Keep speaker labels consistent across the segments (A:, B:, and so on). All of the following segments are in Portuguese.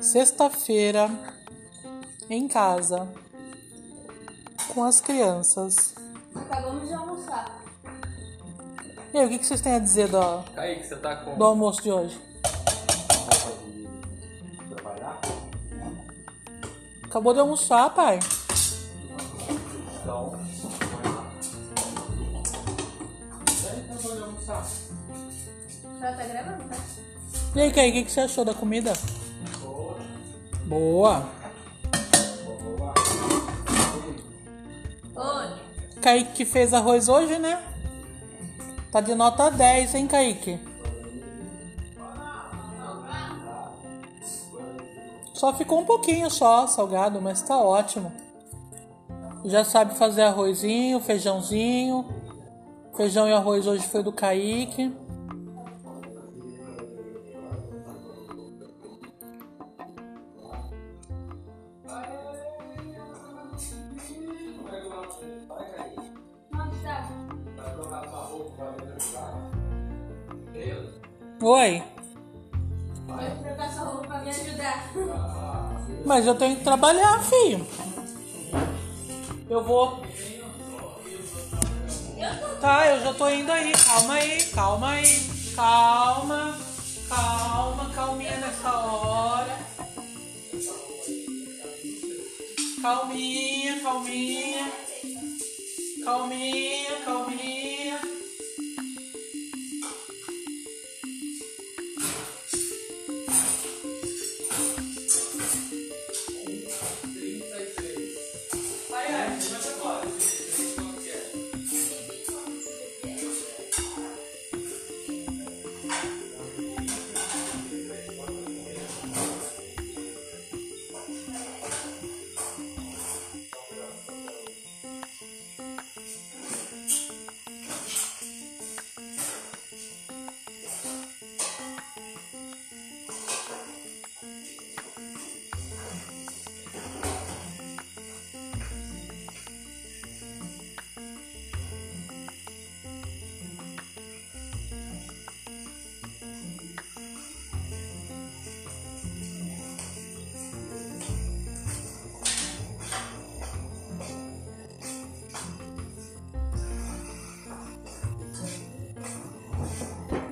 A: sexta-feira em casa com as crianças.
B: Acabamos de Tá almoçar.
A: E aí, o que que vocês têm a dizer do,
C: Kaique, você tá com
A: do almoço de hoje?
C: roupa de trabalhar?
A: Acabou de almoçar, pai.
C: Então, vai lá. Daí tá bom de almoçar.
B: Ela tá gravando, tá?
A: E aí, Kaique, o que que você achou da comida? Boa.
B: Oi.
A: Kaique que fez arroz hoje, né? Tá de nota 10, hein, Kaique? Só ficou um pouquinho só, salgado, mas tá ótimo. Já sabe fazer arrozinho, feijãozinho. Feijão e arroz hoje foi do Kaique.
B: Onde tá?
A: Oi,
B: Eu vou trocar sua roupa pra me ajudar.
A: mas eu tenho que trabalhar, filho. Eu vou. Tá, eu já tô indo aí. Calma aí, calma aí. Calma, calma, calminha nessa hora. Calminha, calminha. Calminha, calminha.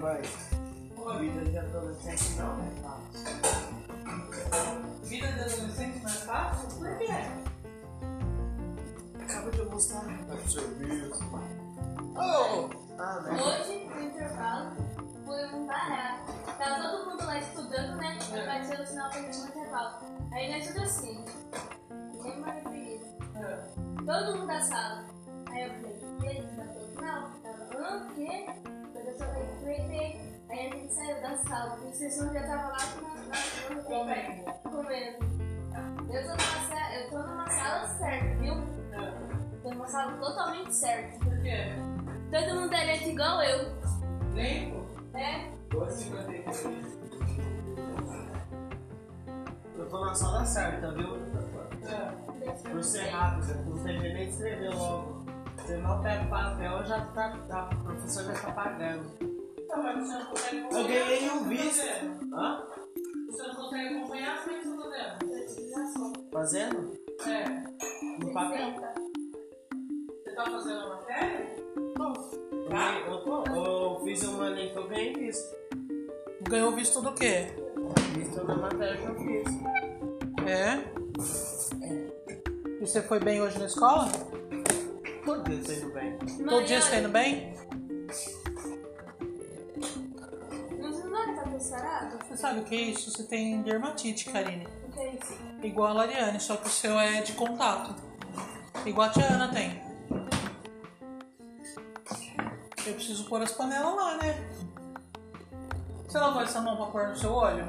A: é Vida de adolescente não é fácil? Por quê? Acabo de almoçar. Oh!
B: Hoje, no intervalo, foi um barato. Tava todo mundo lá estudando, né? Eu batia no sinal pra gente no intervalo. Aí nós tudo assim. Nem mais preguiça. Todo mundo da sala. Aí eu falei, e aí, tá todo mal? Tava, hã? O quê? O professor falou, aproveitei. Aí a gente saiu da sala. O professor já tava lá na- na- na comendo. Comendo. Eu tô numa sala, eu tô numa sala certa, viu? Tô numa sala totalmente certa. Por quê? Todo mundo é lento igual eu. Lento? É.
D: Eu tô na sala certa, viu? Você é rápido, não tem nem escrever logo. Você mal pega o papel, já tá, tá, o professor já tá pagando. Eu ganhei um visto. Hã? Fazendo? É. No papel? Eu, ganhei- eu, tô- eu fiz uma lei que eu ganhei um visto.
A: Ganhou visto do quê?
D: Visto da matéria que eu fiz.
A: É? E você foi bem hoje na escola?
D: Todo dia saindo tá bem.
A: Todo dia você tá
B: olha,
A: indo bem?
B: Mas não vai estar sarado?
A: Você sabe o que é isso? Você tem dermatite, Karine.
B: O que é isso?
A: Igual a Lariane, só que o seu é de contato. Igual a Tiana tem. Eu preciso pôr as panelas lá, né? Você lavou essa mão pra pôr no seu olho?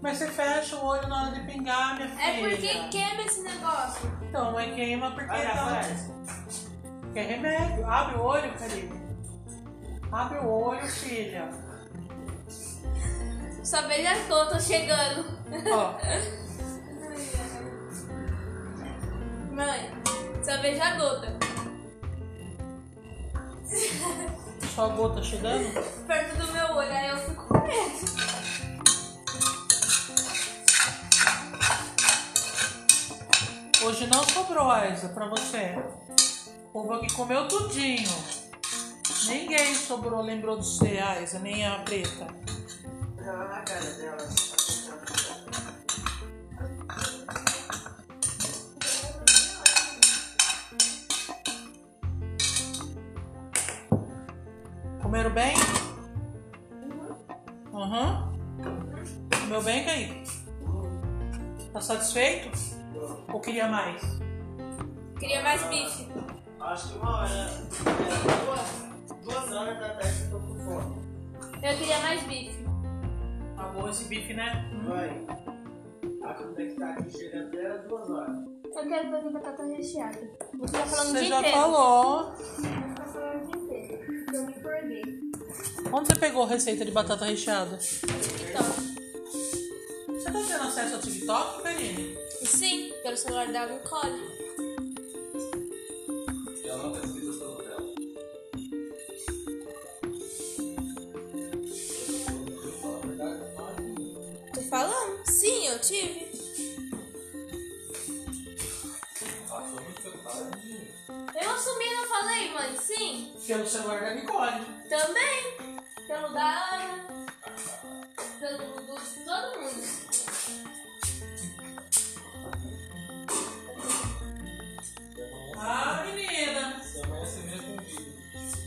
A: Mas você fecha o olho na hora de pingar, minha filha.
B: É porque queima esse negócio.
A: Então, mas queima porque
D: Olha,
A: tá... Que é remédio. Abre o olho, querido. Abre o olho, filha.
B: Só veja a cor, tô chegando.
A: Ó,
B: Mãe, só veja a gota.
A: sua gota chegando.
B: Perto do meu olho, aí eu fico
A: Hoje não sobrou, Aiza, pra você. O povo aqui comeu tudinho. Ninguém sobrou, lembrou de você, Aiza, nem a Preta.
D: Ela na cara dela.
A: Comeram bem? Aham. Comeu bem, Caí? Tá satisfeito? Ou queria Um mais?
B: Queria mais bife.
D: Acho que uma hora. é, Duas, duas horas da tarde eu tô com fome.
B: Eu queria mais bife.
A: Tá bom esse bife, né?
D: Mãe, a comida que tá aqui chegando até era duas horas.
B: Eu quero fazer batata recheada. Você tá falando o
A: Você
B: dia
A: já
B: inteiro.
A: falou.
B: Você tá falando o dia inteiro. Eu me perdi.
A: Onde você pegou a receita de batata recheada?
B: Então,
A: Você tá tendo acesso ao TikTok, Karine?
B: sim, pelo celular da Nicole.
C: Ela não pesquisa sobre ela.
B: Tô falando? Sim, eu tive.
C: Passou muito tempo.
B: Eu assumi, não falei, mãe? Sim.
A: Pelo celular da Nicole.
B: Também. Pelo da Ana. Pelo do de todo mundo.
A: Ah, menina.
C: Se amanhece mesmo um vídeo.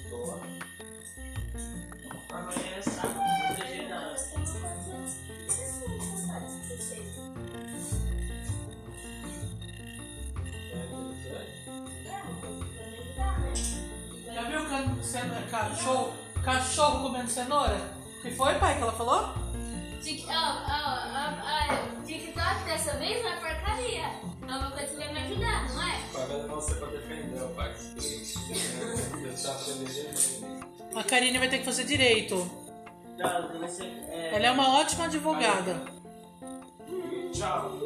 C: Tô lá.
D: Amanhã é sábado, não tem jeito não.
C: É interessante.
A: Já viu o can- cen- cachorro, cachorro comendo cenoura? Que foi, pai, que ela falou?
B: Tik- ó, ó, ó, ó, TikTok dessa vez não é porcaria. É uma coisa que vai me ajudar, não é?
C: Pagando você pra defender o pai. Você tá aprendendo.
A: A Karine vai ter que fazer direito.
D: Não, deve ser. É...
A: Ela é uma ótima advogada.
C: Tchau.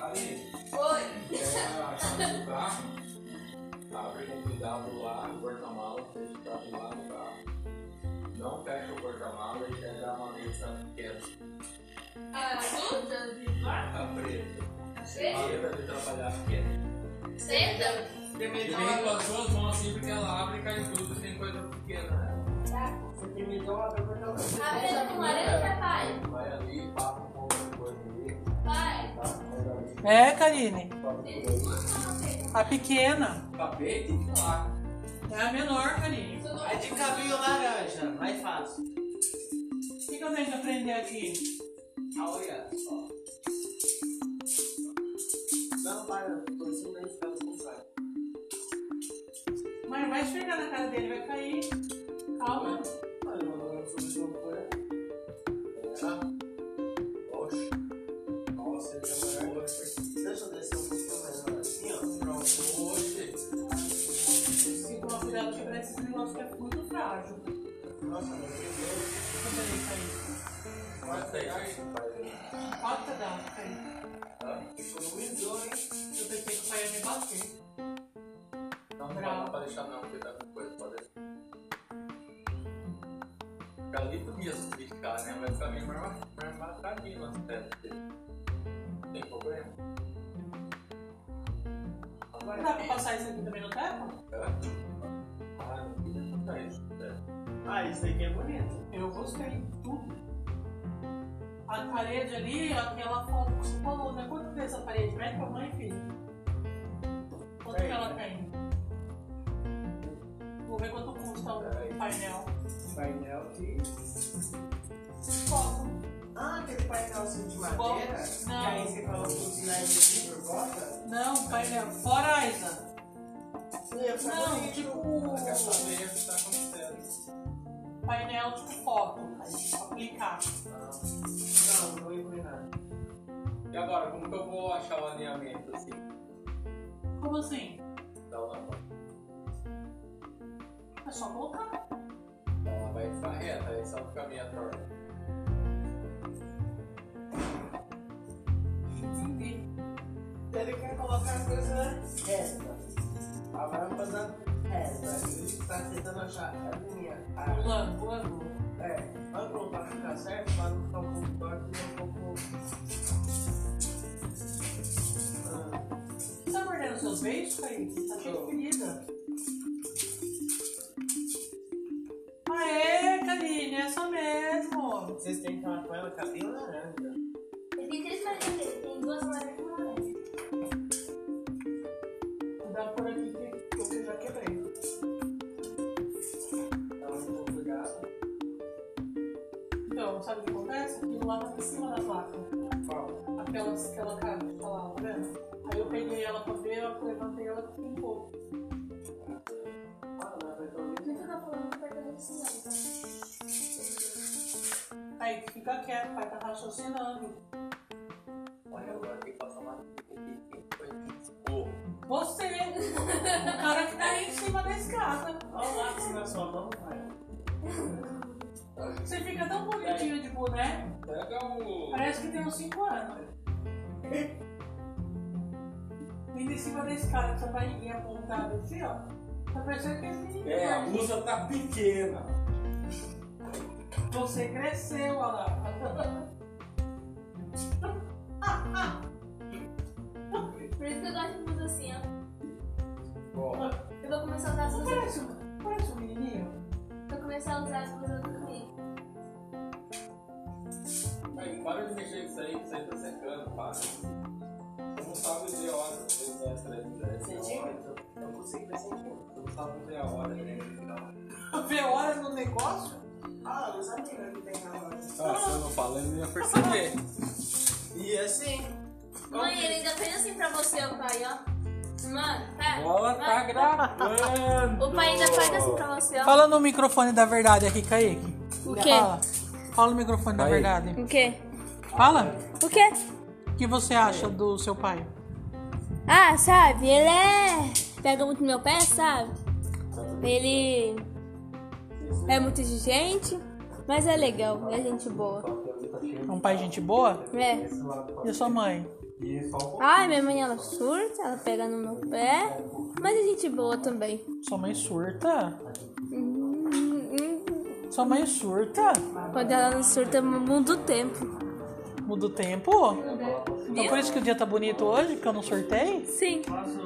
C: Aí,
B: Oi.
C: pega a chave do carro, abre o cuidado lá, o porta-mala, o cuidado lá no carro. Não fecha o porta-mala e pega a maleta pequena.
B: Ajuda?
C: A preta. A
B: Senta?
C: maleta de trabalhar pequena.
B: Senta?
C: E
D: Depende da
C: vem com
D: hora.
C: as duas mãos assim, porque ela abre e cai tudo, tem coisa pequena. né?
D: Você tem medo de uma
B: A pedra com areia já vai.
C: Vai ali, passa um pouco de coisa ali,
B: Vai.
C: passa um pouco ali.
A: É, Karine.
B: Eles não estão feito.
A: A pequena.
C: Acabei de falar.
A: É a menor, Karine.
D: É de cabinho laranja, mais fácil.
A: O que, que eu tenho que aprender aqui?
D: Ah, olha só. Não, para, eu tô ensinando eles pra você usar.
A: Mas vai esfregar na cara dele, vai cair. Calma.
D: Olha, eu não sou de uma coisa.
C: Oxe. Nossa, ele é maior.
D: Deixa eu descer um pouquinho mais olha, assim, ó. Pronto.
C: Oxe.
A: Se tomar cuidado quebrar esse negócio que é muito frágil.
D: Nossa, meu Deus.
A: Deixa eu ver,
C: Mas aí, aí,
A: Karine. Pode ter dado, Karine.
D: Economizou,
A: Eu
D: hein?
A: pensei que o pai ia me bater.
C: Não, não dá pra deixar não, porque tá com coisa pra deixar. Galito mesmo ficar, né? Vai ficar meio mais marcadinho as pedras dele. Não Tem problema?
A: Não dá pra passar isso aqui também no teto?
C: É? Ah, não queria contar isso. né?
D: Ah, isso aqui é bonito.
A: Eu gostei de tudo. A parede ali, aquela foto que você falou, né? Quanto que é essa parede? Pede pra mãe, filho. Quanto que ela tem? Vou ver quanto custa o painel.
D: Painel que.
A: Foto.
D: Ah, aquele painelzinho de madeira.
A: Não.
D: E aí você coloca os sinais de vidro, bota.
A: Não, painel. Fora a Isa.
D: Ia ficar
A: Não,
D: bonito.
A: tipo-
D: Fica
C: Pra
D: é bonito.
C: ver o que tá acontecendo.
A: Painel tipo foto. Aí, aplicar.
D: Não, não ia ver nada.
C: E agora, como que eu vou achar o alinhamento assim?
A: Como assim?
C: Dá uma volta.
A: É só colocar.
C: Ela vai ficar reta, aí só fica meia torta.
A: Entendi.
D: Ele quer colocar a coisa reta. A lâmpada reta. Ele está tentando achar a linha.
A: O
D: A,
A: ângulo, o ângulo.
D: é, ângulo para ficar tá certo, para não ficar um tá pouco torto e um pouco. Ah,
A: tá os seus beijos, Thaís? Tá Achei que querida. Aê, Karine, essa mesmo.
D: Vocês têm que falar com ela né? cabelo laranja.
B: Ele tem três paredes, ele tem duas paredes e uma parede.
A: Cuidado por aqui que que eu já quebrei.
D: Ela não obrigada.
A: Então, sabe o que acontece? Aquilo lá tá em cima da placa.
D: Fala.
A: Aquela, aquela cara que tá lá, tá vendo? Aí eu peguei ela pra ver, eu levantei ela com um pouco.
D: Fala, vai pra mim.
B: Por que eu tô falando que vai ter decisão?
A: Aí fica quieto, o pai tá raciocinando.
D: Olha, agora tem que passar uma. tem que- tem que-
A: Você, o cara que tá aí em cima da escada.
D: Olha lá, se na sua mão vai.
A: Você fica tão bonitinho de boné,
C: Pega o.
A: parece que tem uns 5 anos. Vindo em cima da escada, com essa barriguinha apontada assim, ó. Tá parecendo que assim,
C: É, a blusa tá pequena.
A: você cresceu, olha lá.
B: Por isso que eu gosto de música assim, ó.
C: Ó,
B: Eu vou começar a usar as
A: Não
B: blusas.
A: parece, um- parece um menininho?
B: Vou começar a usar as blusas do domingo.
C: aí, para de mexer nisso aí, que isso aí tá secando, para. Você não sabe de hora, você não é
D: Centímetro? Eu consigo ver centímetro.
C: Você não sabe de hora, né?
A: Vê horas no negócio?
D: Ah, meus amigos que tem na loja.
C: Ah, se eu não falo, ele não ia perceber.
D: E assim,
B: Mãe, ele ainda fez assim pra você, o pai, ó. Mano, tá?
C: Ela tá
B: Mano,
C: gravando.
B: O pai ainda faz assim pra você, ó.
E: Fala no microfone da verdade aqui, Kaique.
B: O quê?
E: Fala, Fala no microfone da
C: Kaique.
E: verdade.
B: O quê?
E: Fala.
B: O quê?
E: O que você acha do seu pai?
B: Ah, sabe, ele é. Pega muito no meu pé, sabe? Ele. É muito exigente, mas é legal, é gente boa.
E: É um pai gente boa?
B: É.
E: E a sua mãe?
B: Ai, minha mãe ela surta, ela pega no meu pé, mas é gente boa também.
E: Sua mãe surta? Sua mãe surta?
B: Quando ela não surta, muda o tempo.
E: Muda o tempo? Então por isso que o dia tá bonito hoje, porque eu não surtei?
B: Sim.
D: posso.